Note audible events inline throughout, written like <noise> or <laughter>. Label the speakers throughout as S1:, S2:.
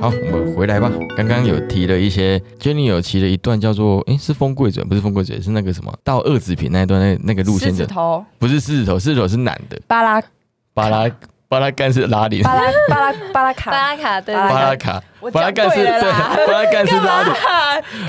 S1: 好，我们回来吧。刚刚有提了一些，Jenny 有提了一段叫做，诶，是风贵准，不是风贵准，是那个什么到二子坪那一段那那个路
S2: 狮
S1: 线
S2: 子
S1: 的，
S2: 头、
S1: 不是狮子头，狮子头是男的，
S2: 巴拉
S1: 巴拉巴拉干是拉林，
S2: 巴拉巴拉巴拉卡，
S3: 巴拉卡对
S2: 巴
S1: 巴
S3: 对
S1: 拉卡
S2: 我，
S1: 巴拉
S2: 讲
S1: 干是
S2: 对了
S1: 对，
S2: 啦
S1: 巴拉干是拉林，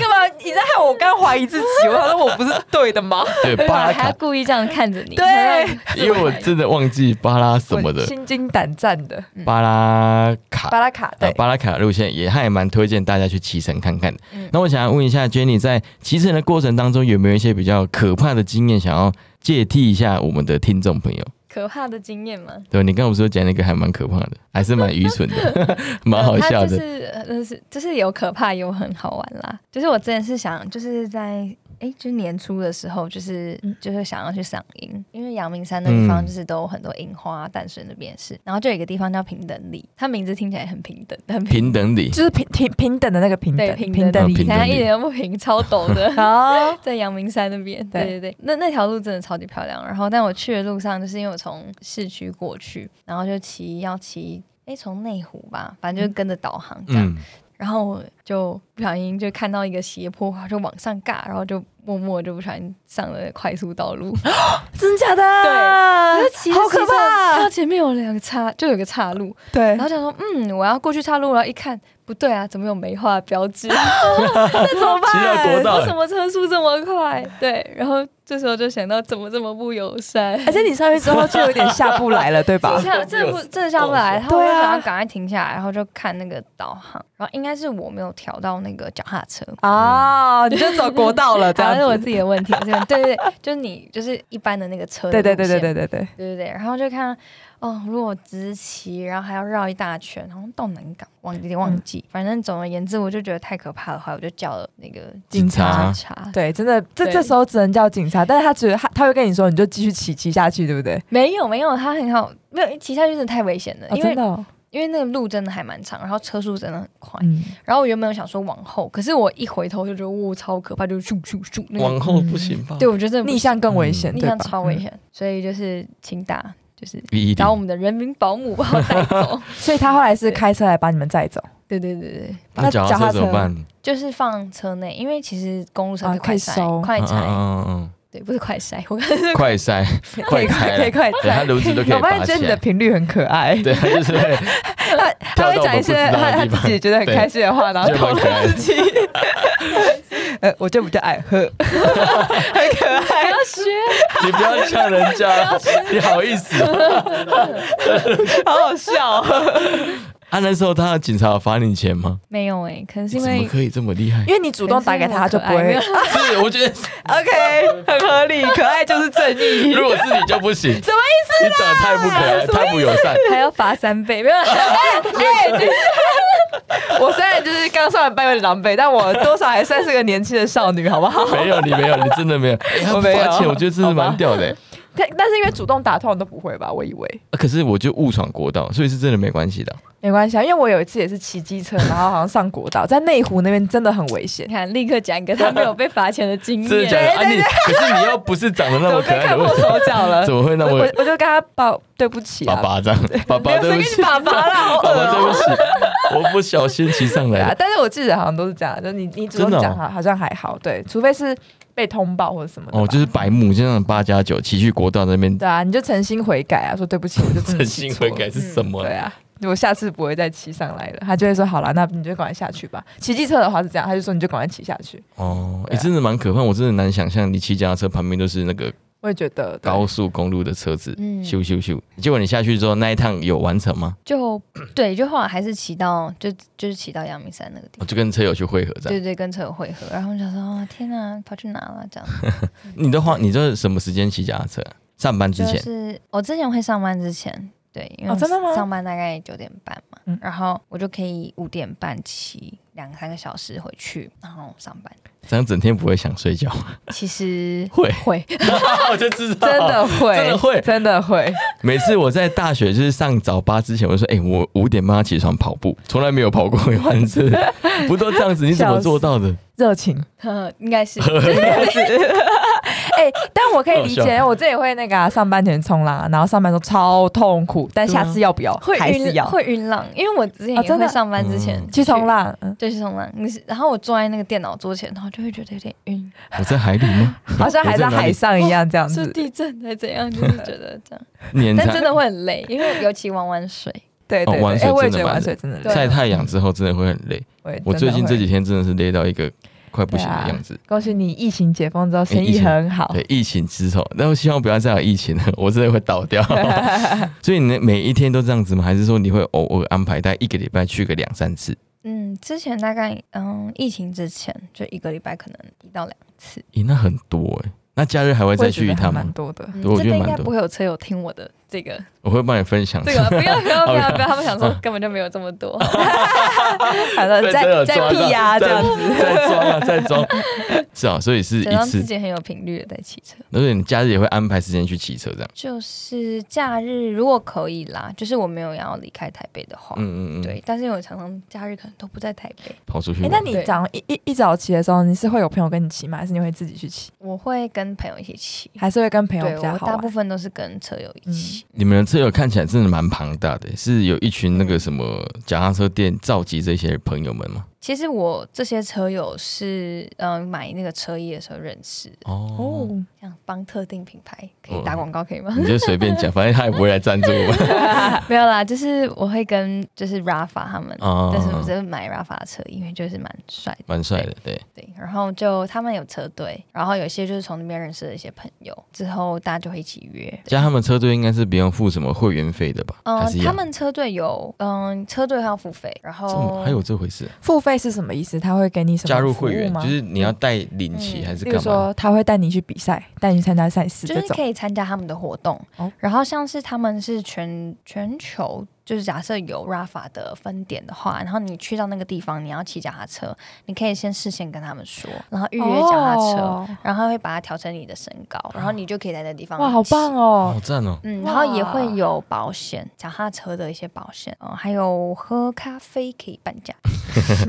S2: 干嘛？你在害我刚怀疑自己，我想说我不是对的吗？ <laughs>
S1: 对
S3: 对，
S1: 巴拉
S3: 还要
S1: 卡，
S3: 故意这样看着你，
S2: 对
S3: 还要
S1: 因为我真的忘记巴拉什么
S2: 我
S1: 的，
S2: 心惊胆战的
S1: 巴拉卡
S2: 巴拉卡，
S1: 呃
S2: 对，
S1: 巴拉卡路线也还蛮推荐大家去骑乘看看的
S3: 嗯。
S1: 那我想要问一下 Jenny，在骑乘的过程当中，有没有一些比较可怕的经验，想要借替一下我们的听众朋友？
S3: 可怕的经验吗？
S1: 对，你刚刚不是有讲那个还蛮可怕的，还是蛮愚蠢的，蛮好笑
S3: 它就
S1: 的。
S3: 是呃就是就是有可怕有很好玩啦。就是我之前是想就是在。哎，就是年初的时候，就是就是想要去赏樱，因为阳明山那地方
S1: 嗯
S3: 就是都有很多樱花，淡水那边也是，然后就有一个地方叫平等里，它名字听起来很平等，很
S1: 平等里，
S2: 就是平平平等的那个平
S3: 对
S2: 等，
S3: 平
S2: 平
S3: 等
S2: 等
S1: 里
S3: 里，
S1: 平等
S3: 它
S1: 里
S3: 一点都不平，超陡的。
S2: 好，
S3: 在阳明山那边，对对
S2: 对
S3: 对，那那条路真的超级漂亮。然后，但我去的路上，就是因为我从市区过去，然后就骑要骑，诶，从内湖吧，反正就跟着导航这样。
S1: 嗯，
S3: 然后我就不小心就看到一个斜坡，就往上尬，然后就默默就不小心上了快速道路。 <laughs>
S2: 真假的？
S3: 对
S2: 对
S3: 骑着
S2: 好
S3: 骑着
S2: 可怕啊
S3: 看到前面有两个岔，就有个岔路，
S2: 对
S3: 然，后想说，嗯，我要过去岔路，然后一看不对啊，怎么有梅花标志？那怎么办？
S1: 骑到国道
S3: <laughs> 呃为什么车速这么快？对，然后这时候就想到怎么这么不友善。
S2: 而且你上去之后就有点下不来了，对吧
S3: 这？下这不这下不来，然后我
S2: 对
S3: 就
S2: 啊
S3: 想要赶快停下来，然后就看那个导航，然后应该是我没有调到那个脚踏车，
S2: 啊，你就走国道了，这
S3: 好
S2: 样
S3: 像是我
S2: 子。
S3: 自己的问题，这样对对对， <laughs> 就是你就是一般的那个车的
S2: 对对对
S3: 路线
S2: 对对对对，
S3: 对对对，然后就看，哦，如果直骑，然后还要绕一大圈，然后到南港，忘记有点忘
S2: 嗯
S3: 记，反正总而言之，我就觉得太可怕的话，我就叫了那个
S1: 警察
S3: 察。察
S2: 对，真的，这
S3: 对
S2: 这时候只能叫警察，但是他觉得他他会跟你说，你就继续骑骑下去，对不对？
S3: 没有没有，他很好，没有骑下去真的太危险了，
S2: 哦，
S3: 因为
S2: 真的哦，
S3: 因为那个路真的还蛮长，然后车速真的很快。
S2: 嗯，
S3: 然后我原本有想说往后，可是我一回头就觉得哇超可怕，就是咻咻咻那
S1: 往
S3: 个，
S1: 后不行吧？
S3: 对我觉得真的不
S2: 逆向更危险，
S3: 逆
S2: 对吧嗯
S3: 向超危。险，嗯所以就是请打就是
S1: 比一
S3: 找我
S1: 点。
S3: 们的人民保姆把我带
S2: <laughs>
S3: 走。
S2: 嗯所以他后来是开车来把你们载走，
S3: 对对对对。
S1: 那脚踏车怎么办？
S3: 就是放车内，因为其实公路车是
S2: 啊可
S3: 快
S2: 以
S3: 塞、
S2: 收
S3: 快拆，
S1: 嗯
S3: 对，不是快塞，我刚才
S1: 嗯，快塞，快开
S2: 可以
S1: 了，
S2: 快
S1: 对，它
S2: 载。
S1: 轮子都可以
S2: 我发现
S1: 拔起
S2: Jenny 的
S1: 来。
S2: 频率很可爱，
S1: 对，它就是会
S2: 他他会讲一些
S1: <laughs> 跳到我
S2: 他
S1: 们不知道的地
S2: 他
S1: 方
S2: 自己觉得很开心的话，然后
S1: 就
S2: 讨
S1: 蛮可爱
S2: 论
S1: 的
S2: 自己。 <laughs> 呃，我就比较爱喝，很可爱。
S3: 要学，
S1: <laughs> 你不要呛人家，你好意思哦？
S2: 好好笑、
S1: <laughs>
S2: 哦
S1: 啊，那时候他的警察有罚你钱吗？
S3: 没有哎、可能
S1: 你
S3: 是因
S1: 怎么
S3: 为
S1: 可以这么厉害？
S2: 因为你主动打给他，他就不
S3: 没
S2: 会
S3: 有。
S1: 是，我
S2: <laughs>
S1: 觉得 <laughs>
S2: OK，很合理，可爱就是正义。
S1: 如果是你就不行。什
S2: 么
S1: 意思？你长得太不可爱，太不友善。
S2: <laughs>
S3: 还要罚三倍，没有啦，
S2: 我虽然就是刚上完班有点狼狈，但我多少还算是个年轻的少女，好不好？
S1: <laughs> 没有，你没有，你真的没有。哎
S2: 我没有
S1: 他罚钱我觉得真是蛮屌的。
S2: <laughs>
S1: 欸
S2: 但但是因为主动打通常都不会吧，我以为
S1: 啊可是我就误闯国道，所以是真的没关系的。
S2: 没关系啊，因为我有一次也是骑机车，然后好像上国道，在内湖那边真的很危险
S3: 你。看立刻讲一个他没有被罚钱的
S1: <laughs>
S3: 经
S1: 真的假
S3: 验，
S1: 的？啊你，可是你又不是长得那
S2: 怎
S1: 么
S2: 么
S1: 可
S2: 被
S1: 爱
S2: 看
S1: 的，为
S2: 破
S1: 什么
S2: 手脚
S1: <laughs>
S2: 了？
S1: 怎么会那
S2: 我
S1: 么
S2: 我我就跟他抱对不起
S1: 爸
S2: 啊，
S1: 爸这样？爸爸，
S2: 没
S1: 对
S2: 有
S1: 不
S2: 谁跟
S1: 起
S2: 你，爸
S1: <laughs>
S2: 爸啦，好
S1: 爸
S2: 恶
S1: 爸，对
S2: 哦
S1: 不起，我不小心骑上
S2: 对
S1: 来
S2: 啊，
S1: 的。
S2: 但是我记得好像都是这样，就你你主
S1: 真
S2: 动
S1: 的哦
S2: 讲好好像还好，对，除非是被通报或者什么的
S1: <laughs>
S2: 吧。
S1: 哦，就是白目，就那种八加九骑去国道那边，
S2: 对啊，你就诚心悔改啊，说对不起，我就
S1: <laughs>
S2: 真的
S1: 真
S2: 骑
S1: 心
S2: 错
S1: 悔
S2: 了
S1: 改是什么
S2: 对？啊，我下次不会再骑上来了。他就会说好了，那你就赶快下去吧。骑机车的话是这样，他就说你就赶快骑下去。
S1: 哦，哎，
S2: 对啊
S1: 真的蛮可怕，我真的难想象你骑脚踏车旁边都是那个
S2: 我也觉得对
S1: 高速公路的车子，
S3: 嗯
S1: 咻咻咻。结果你下去之后，那一趟有完成吗？
S3: 就对，就后来还是骑到就就是骑到阳明山那个地
S1: 我哦
S3: 方。
S1: 就跟车友去汇合这样。
S3: 对对，跟车友会合，然后我想说，哦、天哪，跑去哪了？这样
S1: 你都花，你这什么时间骑脚踏车啊？上班之
S3: 就
S1: 前，
S3: 是我之前会上班之前，对，因为
S2: 哦真的吗
S3: 上班大概九点半嘛，
S2: 嗯
S3: 然后我就可以五点半骑两三个小时回去，然后上班。
S1: 这样整天不会想睡觉。
S3: 其实 <laughs>
S1: 会，
S3: 会，
S1: <laughs> 我就知道，
S2: 真的会，
S1: 真的会
S2: 真的会。
S1: 每次我在大学就是上早八之前，我就说：“哎、我五点半要起床跑步，从来没有跑过一万次，不都这样子？你怎么做到的
S2: 热情， <laughs>
S3: 呵应该是
S2: 真的是哎、但我可以理
S1: 好
S2: 解，我这也会那个、啊、上班前冲浪、啊，然后上班都超痛苦，但下
S1: 啊
S2: 次要不要？
S3: 会
S2: 还是
S3: 晕
S2: 要
S3: 会晕浪，因为我之前
S2: 哦
S3: 也
S2: 真的
S3: 会上班之前
S1: 嗯
S2: 去冲，浪？嗯
S3: 对，去冲浪。你是然后我坐在那个电脑桌前，然后就会觉得有点晕，
S1: 我在海里吗？
S2: <laughs> 好像还在海上一样这样
S3: 是
S2: 子。
S3: 地震还是怎样，就是觉得
S2: <laughs>
S3: 这样。
S1: 碾
S3: 但真
S1: 菜
S3: 的会很累，因为尤其玩玩水，
S2: 对
S1: 哦
S2: 对对，
S1: 玩
S2: 哎、
S1: 水
S2: 我也
S1: 真的
S2: 觉得
S1: 蛮
S2: 玩水真的
S3: 对
S2: 累。
S1: 晒太阳之后真的会很累。
S2: 也
S1: 我
S2: 真
S1: 最
S2: 的
S1: 近
S2: 会
S1: 这几天真的是累到一个快不行的样子。
S2: 恭喜你，疫情解封之后生
S1: 哎疫
S2: 意
S1: 情
S2: 很好。
S1: 对疫情之后，但我希望不要再有疫情了， <laughs> 我真的会倒
S2: <laughs>
S1: 掉。所以你每一天都这样子吗？还是说你会偶尔安排，大概一个礼拜去个两三次，
S3: 嗯，之前大概嗯疫情之前就一个礼拜可能一到两次，
S1: 咦，那很多哎、那假日还会
S2: 我
S1: 再
S2: 也觉
S1: 去一
S2: 得还
S1: 趟
S2: 蛮
S1: 吗？
S2: 多的。
S3: 嗯
S1: 对我觉得
S3: 真的应
S1: 蛮
S3: 该
S1: 多
S3: 不会有车友听我的这个 <laughs>
S1: 我会帮你分享。
S3: 这个，不要
S1: <laughs>
S3: 不要不
S1: 好
S3: 要
S1: 的
S3: 不要，他们想说根本就没有这
S1: <laughs>
S3: 么多，
S2: 反
S3: 呃
S2: 正在在屁呀、这
S1: <laughs>
S2: 样子。
S1: 子，再装啊，再装。 <laughs> 是啊，所以是
S3: 假
S1: 一
S3: 装自
S1: 次，
S3: 己很有频率的在骑车。
S1: 而且你假日也会安排时间去骑车这样。
S3: 就是假日如果可以啦，就是我没有要离开台北的话，
S1: 嗯嗯嗯，，
S3: 对，但是因为我常常假日可能都不在台北，
S1: 跑出去
S2: 哎、
S1: 玩。
S2: 那你
S3: 对
S2: 早一一一早起的时候，你是会有朋友跟你骑吗？还是你会自己去骑？
S3: 我会跟朋友一起骑。
S2: 还是会跟朋友
S3: 对
S2: 比较
S3: 我
S2: 好
S3: 大
S2: 玩
S3: 部？分都是跟车友一起，
S1: 你们的车友看起来真的蛮庞大的，是有一群那个什么脚踏车店召集这些朋友们吗？
S3: 其实我这些车友是嗯、呃买那个车衣的时候认识的，
S1: 哦，
S2: 哦，
S3: 像帮特定品牌可
S1: 哦
S3: 以打广告可以
S1: <laughs>
S3: 吗？
S1: 你就随便讲，反正他也不会来赞助我
S2: <laughs>
S1: 们
S3: <laughs> 没有啦，就是我会跟就是 Rafa 他们，
S1: 啊
S2: 哦
S3: 但是我就是买 Rafa 的车，因为就是蛮帅的，
S1: 蛮帅的，对，
S3: 对。然后就他们有车队，然后有些就是从那边认识的一些朋友，之后大家就会一起约。
S1: 加他们车队应该是不用付什么会员费的吧？
S3: 嗯、
S1: 还是要
S3: 他们哦车队有，嗯、车队还要付费，然
S1: 这种
S3: 后
S1: 还有这回事？
S2: 付费是什么意思？他会给你什么
S1: 加入
S2: 服务
S1: 会员
S2: 吗？
S1: 就是你要带领旗
S3: 嗯
S1: 还是
S2: 例如
S1: 干嘛？
S2: 说，他会带你去比赛，带你去参加赛事
S3: 就
S2: 这
S3: 是
S2: 种
S3: 可。以参加他们的活动。
S2: 哦
S3: 然后像是他们是全全球，就是假设有 Rafa 的分点的话，然后你去到那个地方，你要骑脚踏车，你可以先事先跟他们说，然后预约脚踏车，
S2: 哦
S3: 然后他会把它调成你的身高，然后你就可以在那地方
S2: 啊哇，好棒
S3: 骑！
S2: 哦！
S1: 好赞哦！
S3: 嗯，
S2: 哇
S3: 然后也会有保险，脚踏车的一些保险，哦，还有喝咖啡可以半价，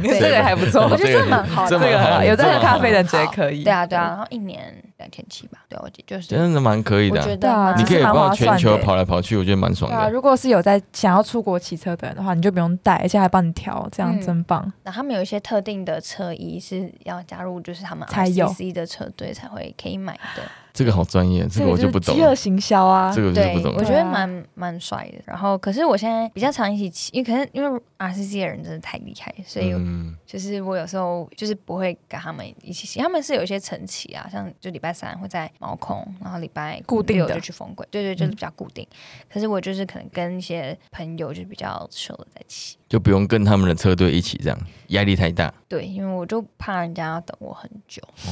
S3: 对
S2: 这个还不错，
S3: 我觉得
S1: 这个
S3: 这蛮好的，
S1: 这
S2: 这
S1: 蛮
S2: 个
S1: 好
S2: 很好有在
S1: 这
S2: 喝
S1: 蛮
S2: 咖
S1: 好
S2: 啡的人觉得可以。
S3: 对啊，对啊，然后一年两千七吧，对我记就是
S1: 真的蛮可以
S3: 我
S1: 的啊，
S3: 觉得
S2: 对啊
S3: 呃蛮
S1: 你可以
S2: 蛮划
S1: 绕全
S2: 算
S1: 球
S2: 的
S1: 跑来跑去，我觉得蛮爽
S2: 对啊，
S1: 的。
S2: 如果是有在想要出国骑车的人的话，你就不用带，而且还帮你调，这样
S3: 嗯
S2: 真棒。
S3: 然后他们有一些特定的车衣是要加入，就是他们
S2: 才有
S3: RCC 的车队才会可以买的。
S1: 这个好专业，这个我就不懂
S2: 饥，饿行销啊
S1: 这，个我就是
S3: 对
S1: 不，懂
S3: 我
S1: 了。
S3: 觉得
S2: 对啊
S3: 蛮蛮帅的。然后，可是我现在比较常一起骑，因为可是因为 RCC 的人真的太厉害，所以
S1: 嗯，
S3: 就是我有时候就是不会跟他们一起骑。他们是有一些晨骑啊，像就礼拜三会在毛孔，然后礼拜
S2: 固定的嗯
S3: 六就去风轨，对对，就是比较固定。可是我就是可能跟一些朋友就比较熟的在骑。
S1: 就不用跟他们的车队一起这样，压力太大。
S3: 对，因为我就怕人家要等我很久。
S1: 哦，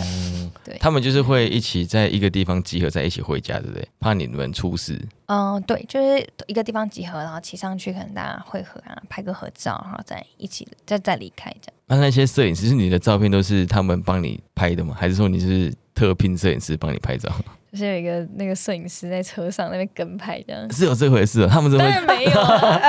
S3: 对
S1: 他们就是会一起在一个地方集合，在一起回家，对不对？怕你们出事。
S3: 嗯，对，就是一个地方集合，然后骑上去，可能大家会合啊，拍个合照，然后再一起再再离开这样。
S1: 那那些摄影师，是你的照片都是他们帮你拍的吗？还是说你是特聘摄影师帮你拍照？，
S3: 就是有一个那个摄影师在车上那边跟拍这
S2: <laughs>
S3: 样
S1: 是有这回事哦，他们真
S3: 当
S1: 的会
S3: 然没有啊，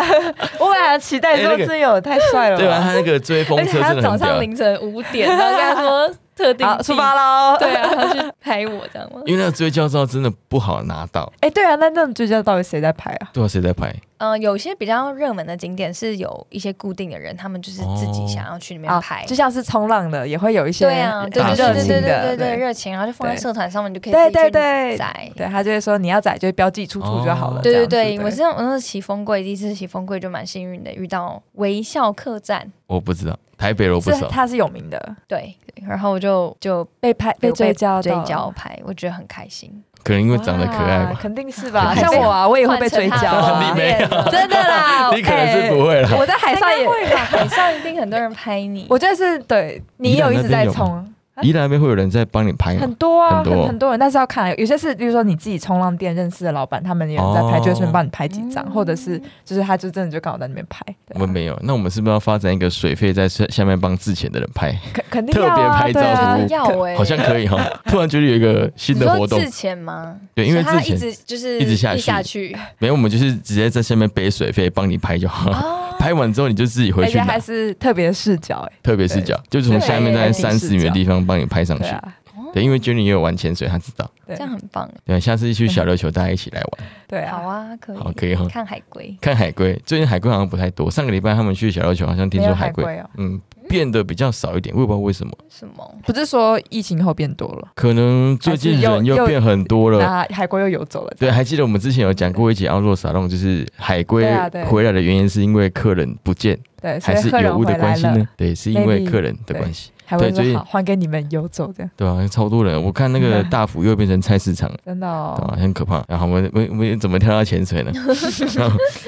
S2: 我本来期待
S1: 哎那
S2: 说
S1: 个
S2: 这有太帅了吧，
S1: 对啊吧？他那个追风
S3: <laughs> 而
S1: 车
S3: 且他
S1: 真的
S3: 早
S1: 很
S3: 上
S1: 屌，
S3: 凌晨五点，然后跟他
S2: <laughs>
S3: 说特定
S2: 好，
S3: 地
S2: 出发，喽！
S3: 对啊，他去拍我这样吗？
S1: 因为那个追焦照真的不好拿到。
S2: 哎，对啊，那那种追焦到底谁在拍啊？
S1: 对啊，谁在拍？
S3: 嗯、有些比较热门的景点是有一些固定的人，他们就是自己想要去里面
S2: 啊
S3: 拍。，
S2: 就像是冲浪的，也会有一些
S3: 对啊，对
S1: 大
S3: 对
S2: 热
S3: 对
S2: 情
S3: 对对
S2: 的
S3: 对对，
S2: 对
S3: 热情，然后就放在
S2: 对
S3: 社团上面，你就可以
S2: 对
S3: 自己去
S2: 对对
S3: 载
S2: 对，他就会说你要载就标记出处就好了。
S1: 哦
S3: 对
S2: 这样
S3: 对
S2: 子
S3: 对，我是我那时候骑风柜，第一次骑风柜就蛮幸运的，遇到微笑客栈，
S1: 我不知道，台北我不
S2: 是
S1: 熟。
S2: 他是有名的，
S3: 对，对然后我就就
S2: 被拍被
S3: 有
S2: 追焦
S3: 追
S2: 到
S3: 焦拍，我觉得很开心。
S1: 可能因为长得可爱
S2: 哇
S1: 吧。
S2: 肯
S1: <laughs>
S2: 定是吧？
S1: 肯
S3: 定
S2: 像
S3: 是
S2: 我啊，我也会被追焦
S3: 换成 <laughs>
S2: 啊
S3: 他，
S1: 你没有。
S2: 真的啦 <laughs>
S1: 你可能是不 <laughs> 会啦。
S2: 哎我在海上也
S3: 应该，
S1: <laughs>
S3: 会吧，海上一定很多人拍你。
S2: 我觉得是对你有一直在冲。
S1: 宜兰那边会有人在帮你拍吗
S2: 哎很？多啊，
S1: 很多
S2: 很很多人，但是要看，有些是，比如说你自己冲浪店认识的老板，他们有人在
S1: 哦
S2: 拍，就会顺便帮你拍几张，
S3: 嗯
S2: 或者是就是他就真的就刚好在那边拍，
S1: 我
S2: 对
S1: 们
S2: 啊、
S1: 没有，那我们是不是要发展一个水费在下下面帮之前的人拍？
S2: 肯肯定要
S1: 特别
S2: 啊，
S1: 拍照
S2: 对啊
S1: 服务， <laughs>
S3: 要哎、
S1: 好像可以哈。突然觉得有一个新
S3: 你
S1: 的
S3: 说
S1: 活动
S3: 之，前吗？
S1: 对因为
S3: 所以他
S1: 之前
S3: 一直就是
S1: 一直下去 <laughs>
S3: 去
S1: 没有，我们就是直接在下面背水费帮你拍就好了。
S3: 哦，
S1: <laughs> 拍完之后你就自己回
S2: 而
S1: 去
S2: 且
S1: 拿
S2: 还，是特别视角、哎，
S1: 特别视角，就是从下面大概
S2: 对
S1: 三十米的地方帮你拍上去
S2: 对。啊，
S3: 哦
S1: 对，因为 Jenny 也有玩潜水，她知道。
S2: 对啊
S3: 这样很棒。
S1: 对，下次去小琉球大家一起来玩，
S2: 对
S3: 好
S2: 啊，
S3: 啊，可以，
S1: 好可以哈
S3: 看海龟，
S1: 看海龟。最近海龟好像不太多，上个礼拜他们去小琉球，好像听
S2: 没有
S1: 说
S2: 海
S1: 海龟，
S2: 哦，
S1: 嗯，变得比较少一点，我也不知道为什么，
S3: 什么？
S2: 不是说疫情后变多了，
S1: 可能最近人
S2: 还是
S1: 又
S2: 又
S1: 变很多了。
S2: 那海龟又游走了。
S1: 对，还记得我们之前有讲过一集《奥洛沙龙》，就是海龟
S2: 对啊对
S1: 回来的原因是因为客人不见，
S2: 对，所
S1: 还
S2: 以
S1: 是
S2: 客
S1: 有
S2: 人
S1: 无
S2: 回
S1: 的
S2: 来
S1: 关系
S2: 了
S1: 呢，？对，是因为
S2: Maybe，
S1: 客人的
S2: 对
S1: 关系，
S2: 还会
S1: 对所以
S2: 说好还给你们游走这样，
S1: 对啊？超多人，我看那
S2: <laughs>
S1: 个大幅又变成菜市场了。
S2: 真的
S1: 对
S2: 哦。
S1: 啊，很可怕。然后我们我们我们怎么跳到潜水
S2: <laughs>
S1: 呢？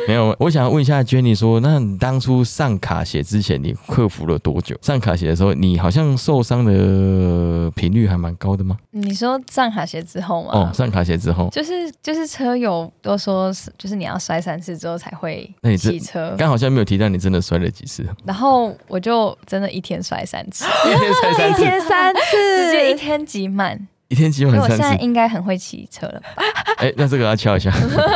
S1: 没有，我想问一下 Jenny 说，那你当初上卡鞋之前，你克服了多久？上卡鞋的时候，你好像受伤的频率还蛮高的吗？
S3: 你说上海鞋之后吗？
S1: 哦，上卡鞋之后，
S3: 就是就是车友都说是，就是你要摔三次之后才会
S1: 那你这
S3: 骑车，
S1: 刚好像没有提到你真的摔了几 <laughs> 次，
S3: 然后我就真的一天摔三次，
S1: <laughs> 一天摔三次，
S2: <laughs> 三次，
S3: <laughs> 直接一天挤满。
S1: 一天基
S3: 因
S1: 本
S3: 为
S1: 上
S3: 我现在
S1: 三次。
S3: 应该很会骑车了吧，
S1: 哎，那这个要敲一下，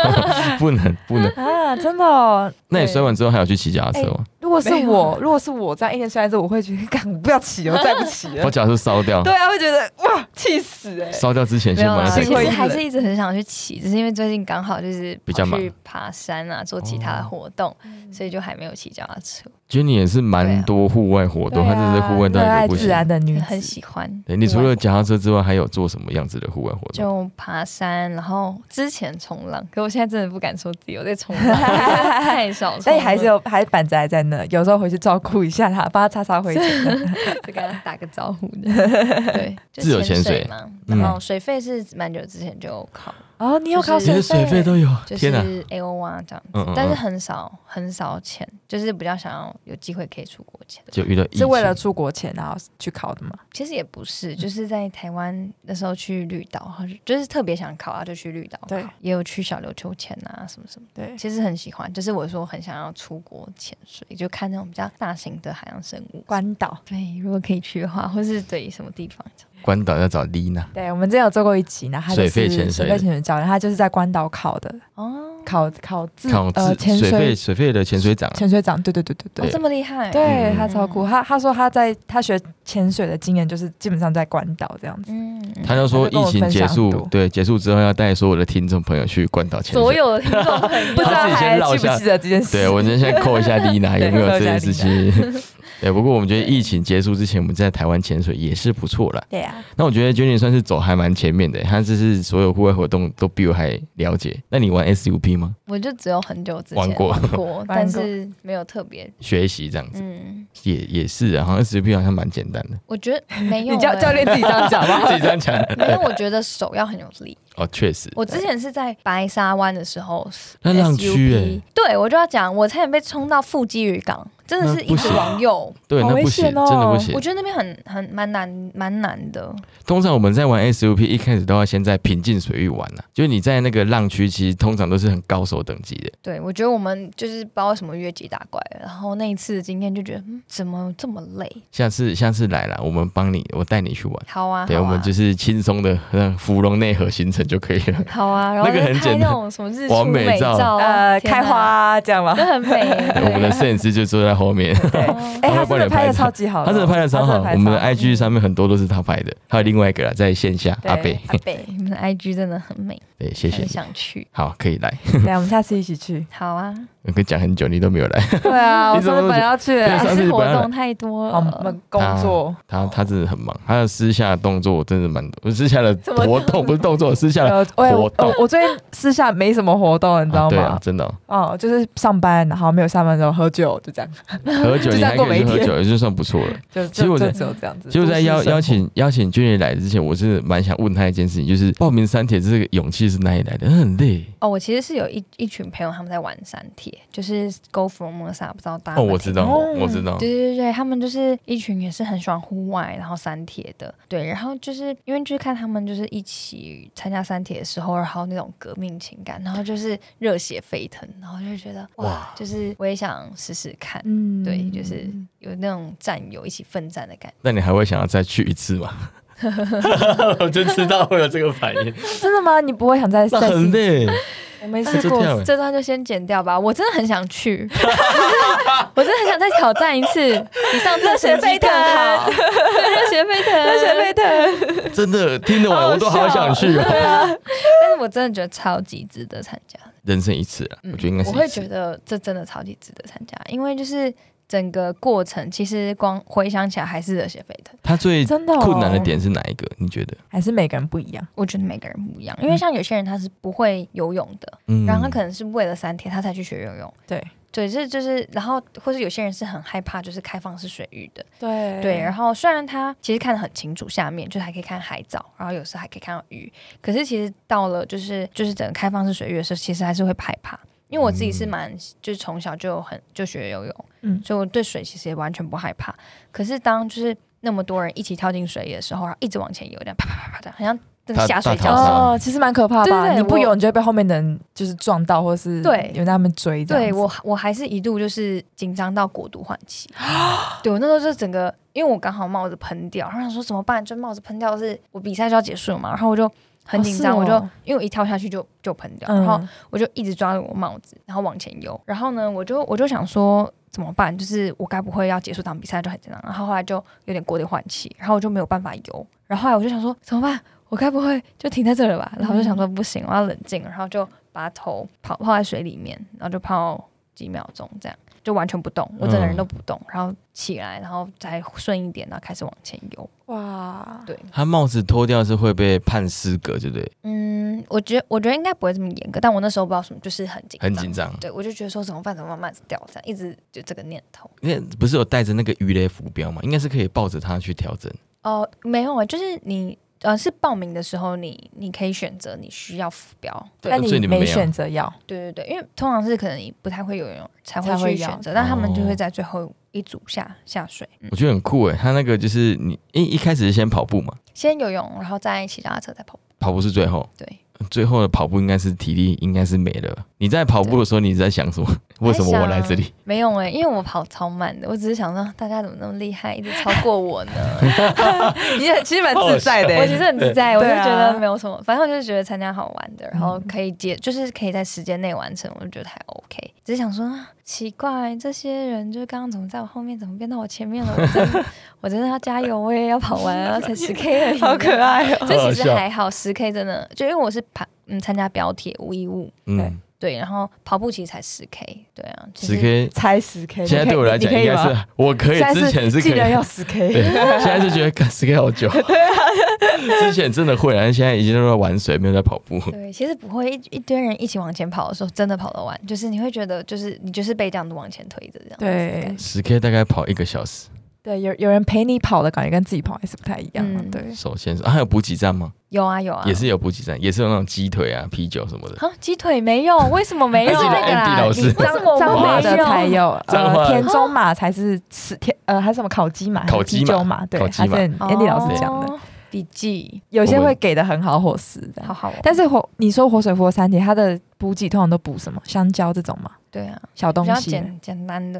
S1: <laughs> 不能不能。
S2: 啊，真的哦。
S1: 那你摔完之后还要去骑脚踏车吗？
S2: 如果是
S3: 没
S2: 我，如果是我这样一天摔一次，我会觉得，干，我不要骑了，我再不骑
S1: 把
S2: 了。
S1: 脚踏车烧掉，
S2: 哎 <laughs> 对啊，会觉得哇，气
S1: <laughs>
S2: 死哎、
S1: 烧掉之前
S3: 没
S1: 先
S3: 有啊
S1: 把
S3: 啦，
S1: 它塞
S2: 幸
S3: 其
S1: 进
S2: 亏
S1: 去
S3: 实还是一直很想去骑，只是因为最近刚好就是
S1: 比较
S3: 跑
S1: 忙哦
S3: 去爬山啊，做其他的活动，
S2: 嗯
S3: 所以就还没有骑脚踏车，
S1: Jenny 也是
S3: 对
S1: 蛮
S3: 啊
S1: 多户外活动，
S2: 对
S1: 她
S2: 啊
S1: 真的是户外
S2: 热
S1: 到一
S2: 爱
S1: 个不
S2: 自
S1: 行。哎
S2: 然的女
S3: 很
S2: 子，
S3: 喜欢。啊
S1: 对你除了脚踏车之外，还有做什么样子的户外活动？
S3: 就爬山，然后之前冲浪，可我现在真的不敢说自己有在冲
S2: <laughs>
S3: 浪，太少冲
S2: 但
S3: 浪，
S2: 还是有，还板子还在那，有时候回去照顾一下她，帮她擦擦 <laughs> 灰尘。
S3: 就跟他打个招呼的。
S1: <laughs>
S3: 对，就
S1: 自由潜水
S3: 水嘛，
S1: 嗯
S3: 然后水费是蛮久之前就考，
S2: 哦，你有考
S3: 就是
S1: 连
S2: 水
S1: 水费
S2: 费？
S1: 都有，
S3: 就
S1: 天哪！
S3: 是 A O 啊这样
S1: 嗯嗯嗯
S3: 子，但是很少很少钱，就是比较想要有机会可以出国前。
S1: 就遇到疫
S2: 是
S1: 情，
S2: 为了出国前然后去考的吗？
S3: 其实也不是，就是在台湾那时候去绿岛，好像就是特别想考啊，就去绿岛
S2: 对嗯
S3: 考，也有去小琉球潜啊什么什么。
S2: 对，
S3: 其实很喜欢，就是我说很想要出国潜水，就看那种比较大型的海洋生物。
S2: 关岛。
S3: 对，如果可以去的话，或是对什么地方这样
S1: 关岛要找 Lina，
S2: 对，我们之前有做过一集，然后他就是
S1: 水肺潜水
S2: 水肺潜水教练，他就是在关岛考的，
S3: 哦，
S2: 考考自
S1: 考
S2: 呃
S1: 自
S2: 潜
S1: 水费
S2: 水
S1: 水费的潜水长啊，
S2: 潜水长，对对对对
S3: 哦
S2: 对。
S3: 这么厉害，
S2: 对
S1: 嗯
S2: 他超酷，他他说他在他学潜水的经验就是基本上在关岛这样子，
S3: 嗯，
S1: 他就说疫情结
S2: 他就跟我分享很
S1: 束
S2: 多，
S1: 对，结束之后要带所有的听众朋友去关岛潜
S3: 所
S1: 水。
S3: 有的听众朋友，
S2: 不知道
S1: <laughs> 他自己
S2: 还
S1: 先绕
S2: 记不
S1: 下
S2: 记得这件事？
S1: 对，我今天先扣一下 Lina 有没有这件事情。 <laughs> 对，不过我们觉得疫情结束之前，我们在台湾潜水也是不错啦。
S2: 对啊，
S1: 那我觉得 Jenny 算是走还蛮前面的，她就是所有户外活动都比我还了解。那你玩 SUP 吗？
S3: 我就只有很久之前
S1: 玩过
S3: 过但是没有特别，
S1: 学习这样子、
S3: 嗯，
S1: 也也是啊，好像 SUP 好像蛮简单的。
S3: 我觉得没
S2: <laughs>
S3: 有、
S2: 你教
S3: 欸
S2: 教练自己这样讲吧。
S1: 自己这样讲
S3: 没有，我觉得手要很有力。
S1: 哦，确实。
S3: 我之前是在白沙湾的时候，
S1: <laughs> 那浪
S3: SUP
S1: 区哎，
S3: 对我就要讲，我差点被冲到腹肌渔港，真的是一直往右，
S1: 对，
S2: 好
S1: 那
S2: 危
S1: 不行，
S2: 险哦
S1: 真的不
S3: 我
S1: 行。
S3: 觉得那边很很蛮难蛮难的，
S1: 通常我们在玩 SUP 一开始都要先在平静水域玩呐、就是你在那个浪区，其实通常都是很高手等级的。
S3: 对我觉得我们就是不知道为什么越级打怪了，然后那一次的经验就觉得，嗯，怎么这么累？
S1: 下次下次来了，我们帮你，我带你去玩。
S3: 好啊，
S1: 对，
S3: 好啊
S1: 我们就是轻松的，呃芙蓉内河行程就可以了。
S3: 好啊，然后
S1: 那个
S3: 就
S1: 很
S3: 拍
S1: 简
S3: 那
S1: 单
S3: 种什么日出
S1: 完美
S3: 美
S1: 照
S3: 照啊，
S2: 呃，
S3: 天哪
S2: 开花啊这 <laughs> 样吗？
S3: 都很美。
S1: 我们的摄
S3: 对
S1: 影师就坐在后面，
S3: 哦
S1: 他
S2: 哎，他
S1: 会帮
S2: 真
S1: 你
S2: 的拍
S1: 拍
S2: 的
S1: 照
S2: 超级好
S1: 他
S2: 的，
S1: 真的拍的超
S2: 真
S1: 好。
S2: 拍
S1: 我们的
S2: 超好
S1: IG 上面很多都是他拍的，还有另外一个啦，在线下
S2: 对
S1: 阿贝，
S3: 阿北，你们的 IG 哎真的很美，
S1: <laughs> 对，谢谢
S3: 很
S1: 你。
S3: 想去。。
S1: 好，可以来。
S2: 来，我们下次一起去
S3: 好啊，
S1: 我跟你讲很久，你都没有来。
S2: 对啊，
S1: 你
S2: 我
S1: 怎
S2: 上
S1: 么
S2: 次
S1: 都
S2: 本来要去
S1: 对
S2: 欸，
S1: 上
S3: 但
S1: 次
S3: 是
S1: 你
S3: 活
S1: 本来
S3: 动太多
S2: 哦我
S3: 了
S2: 们。工作
S1: 他他真的很忙，他的私下的动作真的蛮多，私下的活动不是动作，私下的
S2: 呃，喂
S1: 活
S2: 我
S1: 动
S2: 我我最近私下没什么活 <laughs> 动，你知
S1: 啊
S2: 道
S1: 对啊
S2: 吗，？
S1: 真的哦
S2: 哦，就是上班，然后没有上班的时候喝酒，就这样，
S1: <laughs> 喝酒
S2: 就这
S1: 你
S2: 样
S1: 还
S2: 过
S1: 可以去
S2: 每一
S1: 喝
S2: 天
S1: 酒， <laughs> 也就算不错了。
S2: 就
S1: 其实我
S2: 就
S1: 在
S2: 就只有这样子。
S1: 就在
S2: 都
S1: 邀
S2: 市生活
S1: 邀请邀请君爷来之前，我是蛮想问他一件事情，就是报名三铁这个勇气是哪里来的？很累
S3: 哦，我其实是有一一群朋友他们在玩山铁，就是 Go from Mosa，不知道大家
S1: 哦，
S3: 有没有
S1: 我知
S3: 听
S1: 道，
S3: 过
S1: 我知道，
S3: 对对对对，他们就是一群也是很喜欢户外，然后山铁的，对，然后就是因为就是看他们就是一起参加山铁的时候，然后那种革命情感，然后就是热血沸腾，然后就觉得哇，
S1: 哇
S3: 就是我也想试试看，
S2: 嗯
S3: 对，就是有那种战友一起奋战的感觉。
S1: 那你还会想要再去一次吗？ <laughs> 我就知道会有这个反应，
S2: 真的吗？你不会想再
S1: <laughs> 那
S2: 再
S1: 很
S2: 次？
S1: 累，
S3: 我没
S1: 试
S3: 试
S1: 过
S3: 过
S1: 跳欸，
S3: 这段就先剪掉吧。我真的很想去， <laughs> 我真的很想再挑战一次，比上次的成绩更 <laughs> 好，对热血沸腾，
S2: 而且沸
S1: 哎
S2: 腾，
S1: 真的听得
S2: 好
S1: 完
S2: 好
S1: 我都好想去哦， <laughs>
S3: 但是我真的觉得超级值得参加。嗯
S1: 人生一次啊，我觉得应该是
S3: 我会
S1: 一次
S3: 觉得这真的超级值得参加，因为就是整个过程，其实光回想起来还是热血沸腾。
S1: 他最
S2: 真的哦
S1: 困难的点是哪一个？你觉得？
S2: 还是每个人不一样。
S3: 我觉得每个人不一样，因为像有些人他是不会游泳的，
S1: 嗯
S3: 然后他可能是为了三天他才去学游泳。
S2: 对
S3: 对，这就是，然后或是有些人是很害怕，就是开放式水域的，
S2: 对
S3: 对。然后虽然他其实看得很清楚，下面就是还可以看海藻，然后有时候还可以看到鱼，可是其实到了就是就是整个开放式水域的时候，其实还是会害怕。因为我自己
S1: 嗯
S3: 是蛮，就是从小就很就学游泳，
S2: 嗯
S3: 所以我对水其实也完全不害怕。可是当就是那么多人一起跳进水里的时候，然后一直往前游，这样啪啪啪啪的，好像真的
S1: 大
S3: 下水
S1: 大
S3: 饺
S1: 逃
S3: 似的
S1: 杀
S2: 哦，其实蛮可怕
S3: 对
S2: 吧？
S3: 对
S2: 你不
S3: 我
S2: 游，你就会被后面的人就是撞到，或是
S3: 对
S2: 有他们追这样
S3: 对
S2: 子。
S3: 我，我还是一度就是紧张到过度换气。对我那时候就整个，因为我刚好帽子喷掉，然后想说怎么办？就帽子喷掉是我比赛就要结束了嘛，然后我就很紧张，
S2: 哦
S3: 我
S2: 是
S3: 就
S2: 哦
S3: 因为我一跳下去就就喷掉，
S2: 嗯，
S3: 然后我就一直抓着我帽子，然后往前游。然后呢，我就我就想说怎么办？就是我该不会要结束场比赛就很紧张？然后后来就有点过度换气，然后我就没有办法游。然后后来我就想说怎么办？我该不会就停在这了吧？然后我就想说不行，我要冷静，然后就把头泡泡在水里面，然后就泡几秒钟，这样就完全不动，我整个人都不动，
S1: 嗯
S3: 然后起来，然后再顺一点，然后开始往前游。
S2: 哇，
S3: 对，
S1: 他帽子脱掉是会被判失格，对不对？
S3: 嗯，我觉得我觉得应该不会这么严格，但我那时候不知道什么，就是很紧张，
S1: 很紧张，
S3: 对，我就觉得说怎么办，怎么办，慢掉，这样一直就这个念头。
S1: 那不是有带着那个鱼雷浮标吗？应该是可以抱着它去调整。
S3: 哦、没有啊，就是你呃是报名的时候你，你可以选择你需要浮标。
S1: 对
S2: 但
S1: 所以
S2: 你
S1: 你们
S2: 没
S1: 没有
S2: 选择要，
S3: 对对对，因为通常是可能你不太会游泳才
S2: 才
S3: 会
S2: 会
S3: 去
S2: 要
S3: 选择，但他们就
S1: 哦
S3: 会在最后一组下下水，嗯
S1: 我觉得很酷诶，他那个就是你一一开始是先跑步嘛，
S3: 先游泳，然后再骑脚踏车，再跑步。
S1: 跑步是最后，
S3: 对，
S1: 最后的跑步应该是体力应该是没了。你在跑步的时候，你在想什么？为什么我来这里？
S3: 没有哎、因为我跑超慢的，我只是想说大家怎么那么厉害，一直超过我
S1: <laughs>
S3: 呢？ <laughs>
S2: 你也其实
S3: 呃
S2: 蛮
S1: 哦
S2: 自在的欸。
S3: 我其实很自在，我就
S2: 对啊嗯
S3: 觉得没有什么，反正我就是觉得参加好玩的，然后可以解，就是可以在时间内完成，我就觉得还 OK。只是想说，啊奇怪，这些人就是刚刚怎么在我后面，怎么变到我前面了？我
S2: <laughs>
S3: 真的，我真的要加油，我也要跑完啊，才十 K 而已，
S2: 好可。爱哦。
S3: 这其实还好，十 K 真的，就因为我是跑，嗯，参加表铁无一物，
S1: 嗯，
S3: 对，然后跑步其实才十 K，对啊，其实
S1: 十 K。
S2: 猜十 K，
S1: 现在对我来讲应该是我可以，之前是可
S2: 竟然
S1: 以，
S2: 要十 K，
S1: <laughs> 对，现在是觉得十 K 好久。啊之前真的会，然后现在已经都在玩水，没有在跑步。
S3: 对，其实不会一一堆人一起往前跑的时候，真的跑得完，就是你会觉得，就是你就是被这样子往前推着这样子的感
S2: 对
S3: 觉。
S1: 十 K 大概跑一个小时，
S2: 对，有有人陪你跑的感觉跟自己跑还是不太一样啊
S3: 嗯。
S2: 对，
S1: 首先是、啊、还有补给站吗？
S3: 有啊有啊，
S1: 也是有补给站，也是有那种鸡腿啊、啤酒什么的。
S3: 啊，鸡腿没有，为什么没有？
S1: 还是那个啦 Andy 老师
S3: 为什么
S2: 彰
S3: 我
S2: 化
S3: 没
S2: 的
S3: 有
S2: 才有，
S1: 彰化
S2: 呃，田中马才是吃田，呃，还有什么烤鸡马、
S1: 烤鸡
S2: 还是啤
S1: 马
S2: 酒马，对，
S1: 烤鸡
S2: 还是
S1: 马
S2: Andy 老师讲的，
S3: 哦笔记，
S2: 有些会给的很好伙食的
S3: 好。好哦。
S2: 但是火，你说活水活三铁，它的补给通常都补什么？香蕉这种嘛，
S3: 对啊，
S2: 小东
S3: 比较
S2: 西。
S3: 简简单的，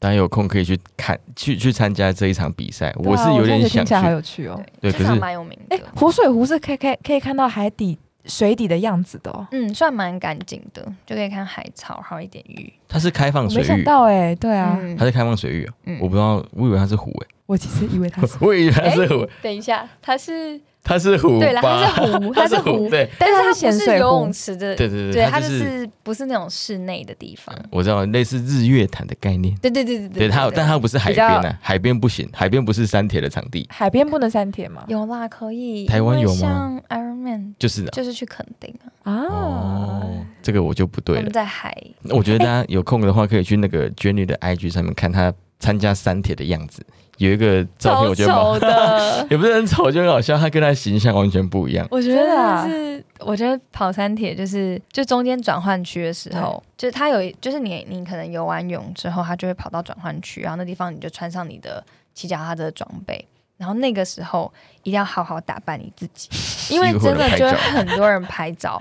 S1: 大家有空可以去看、去去参加这一场比赛。
S2: 对啊
S1: 我是有点
S2: 我觉得
S1: 想
S2: 听起来好
S1: 去，
S2: 有趣哦。
S1: 对可
S3: 对，至少
S1: 是
S3: 蛮有名
S2: 哎、
S3: 的，
S2: 活水湖是可以可以可以看到海底水底的样子的哦。
S3: 嗯，算蛮干净的，就可以看海草，还有一点鱼。
S1: 它是开放
S2: 我
S1: 水
S2: 没想
S1: 域，
S2: 到哎、对啊，
S3: 嗯
S1: 它是开放水域、啊，
S3: 嗯
S1: 我不知道，我以为它是湖诶、，
S2: 我其实以为啊它是 <laughs>
S1: <laughs> 我以为它是湖，
S3: 等一下，它是
S1: 它是湖
S3: 对了，它
S1: <laughs> 吧？
S3: 是湖，它是湖，
S1: 对
S3: 但是它
S2: 它是
S3: 不
S2: 咸
S3: 是
S2: 水湖
S3: 游泳池的，
S1: 对对
S3: 对，
S1: 对，
S3: 它
S1: 就啊
S3: 就是是不是那种室内的地方。
S1: 我知道类似日月潭的概念。
S3: 对对对
S1: 对
S3: 对
S1: 它，但它不是海
S2: 比较
S1: 边啊，海边不行，海边不是山铁的场地，
S2: 海边不能删帖吗？
S3: 有啦，可以。
S1: 台湾有吗
S3: 因为像 Iron Man
S1: 就是的。
S3: 就是去垦丁啊，
S2: 啊，
S1: 哦，这个我就不对
S3: 他
S1: 了
S3: 们。在海
S1: 那我觉得大家有空的话，可以去那个 Jenny 的 IG 上面看她参加三铁的样子，有一个照片，我觉得蛮。
S3: 丑的
S1: <laughs> 也不是很丑，就很好笑。她跟她形象完全不一样。
S3: 我觉
S2: 真的啊
S3: 得是，我觉得跑山铁就是，就中间转换区的时候，就是它有，就是你你可能游完泳之后，它就会跑到转换区，然后那地方你就穿上你的骑脚踏车的装备，然后那个时候一定要好好打扮你自
S1: <laughs>
S3: 己，因为真的就会很多人拍照，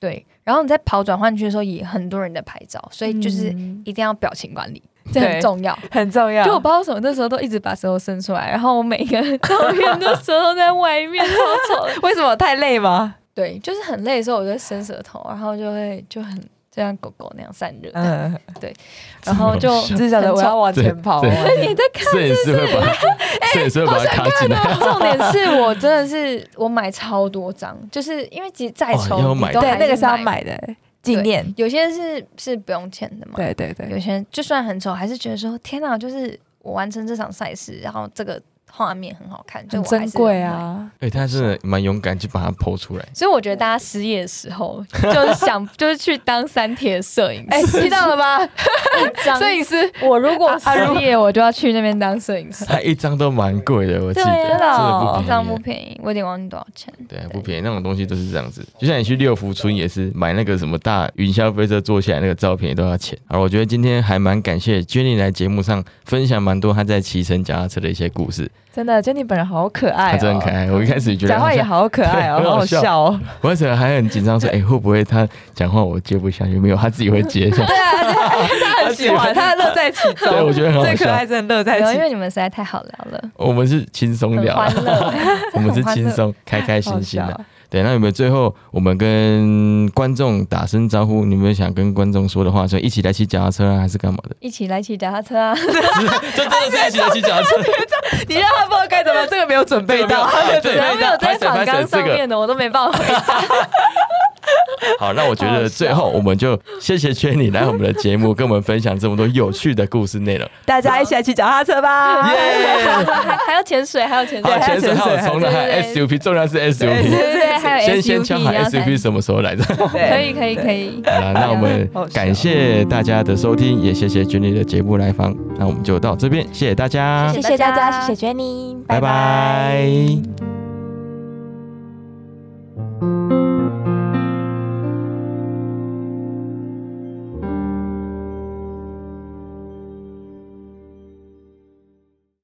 S3: 对，然后你在跑转换区的时候也很多人在拍照，所以就是
S2: 嗯
S3: 一定要表
S2: <laughs>
S3: 情管理，这很
S2: 对
S3: 重要。
S2: 很重要。
S3: 就我不知道为什么那时候都一直把舌头伸出来，然后我每一个照片的舌头都在外面，超丑的。
S2: 为什么太累吗？
S3: <laughs> 对，就是很累的时候，我就伸舌头，然后就会就很就像狗狗那样散热，
S2: 嗯，
S3: 然后就
S1: 这么好笑
S2: 只是想着我要往前跑
S1: 对
S2: 啊。
S1: 对
S3: 你在看哎
S1: 摄影师会
S3: <laughs>
S1: 把摄影师会把它卡进来，
S3: 重点是我真的是我买超多张，就是因为其实再
S1: 哦
S3: 丑、
S1: 要
S3: 你
S1: 买
S3: 都
S2: 对，
S3: 还
S2: 那个是要
S3: 买，
S2: 买的纪念。
S3: 有些是是不用钱的嘛，
S2: 对对
S3: 有
S2: 对，
S3: 些人就算很丑，还是觉得说天哪，就是我完成这场赛事，然后这个画面很好看，就
S2: 很
S3: 我还
S2: 珍
S3: 是
S2: 贵
S3: 要买。
S2: 啊。
S1: <laughs> 哎，他真的蛮勇敢，就把它剖出来。
S3: 所以我觉得大家失业的时候，就是想 <laughs> 就是去当三铁摄影
S2: 哎，
S3: <laughs>
S2: 听到了吧？
S3: 师。
S2: 摄影师
S3: 我如果失业，我就要去那边当摄影师。
S1: 它一张都蛮贵的，我记
S3: <laughs> 对
S1: 得，
S3: 啊，
S1: 真的
S3: 一张
S1: 不
S3: 不
S1: 便宜。
S3: 便宜，我有点忘记多少钱。
S1: 对，啊不便宜，那种东西都是这样子。就像你去六福村也是买那个什么大云霄飞车坐下来那个照片也都要钱。而我觉得今天还蛮感谢 Jenny 来节目上分享蛮多她在骑乘脚踏车的一些故事，
S2: 真的，Jenny 本人好可爱，哦
S1: 她真的很可。爱。我一开始觉得
S2: 讲
S1: 她
S2: 话也
S1: 像，
S2: 好可爱哦，
S1: 对很
S2: 好好
S1: 好笑
S2: 笑哦。
S1: 我一开始还很紧 <laughs> 张，说哎、诶会不会她讲话我接不下去？没有，她自己会接一 <laughs> 下。
S3: 啊
S2: 他很喜欢，他乐在其中。
S1: 对我觉得很好
S2: 最可
S1: 笑
S2: 爱，真的乐在
S3: 然
S2: 其
S3: 后
S2: 中
S3: 因。为你们实在太好聊了，
S1: 我们是轻松
S3: 很
S1: 聊
S3: 欢
S1: 啊，
S3: 乐，
S1: 我们是
S3: 很欢乐
S1: 轻松开开
S2: 好
S1: 心心的、
S2: 笑
S1: 对，那有没有最后我们跟观众打声招呼？你有没有想跟观众说的话？所以一起来骑脚踏车啊，还是干嘛的？
S3: 一起来骑脚踏车 <laughs> 啊！
S1: 这真的是一起来骑脚踏车。
S2: 你让他不知道该怎么，这个没有准备到。
S1: <laughs> 对，
S3: 只要没有
S1: 拍
S3: 在
S1: 手拍
S3: 反纲
S1: 手这
S3: 上
S1: 个
S3: 面的，我都没办
S1: <laughs>
S3: 法回答。
S1: 好，那我觉得最后我们就谢谢圈你来我们的节目，跟我们分享这么多有趣的故事内 <laughs> 容。
S2: 大家一起来骑脚踏车吧！
S1: 耶！
S3: 还 <laughs> 还要潜水，还要潜
S1: 好
S3: 水，，
S2: 还
S1: 潜
S2: 有
S1: 水
S2: 潜
S1: 还有
S2: 水
S1: 冲浪，还有
S3: 对对
S1: SUP，重要是
S3: 对
S1: SUP。
S3: 对对，还有
S1: 先
S3: SUP，
S1: 先敲好
S3: 然后才
S1: SUP 什么时候来着？
S3: 可以可以可以，
S1: 好了，那我们
S2: 好笑
S1: 感谢大家的收听，也谢谢娟丽的节目来访。那我们就到这边，谢谢大家，
S3: 谢
S2: 谢谢大家，谢谢 Jenny，
S1: 拜拜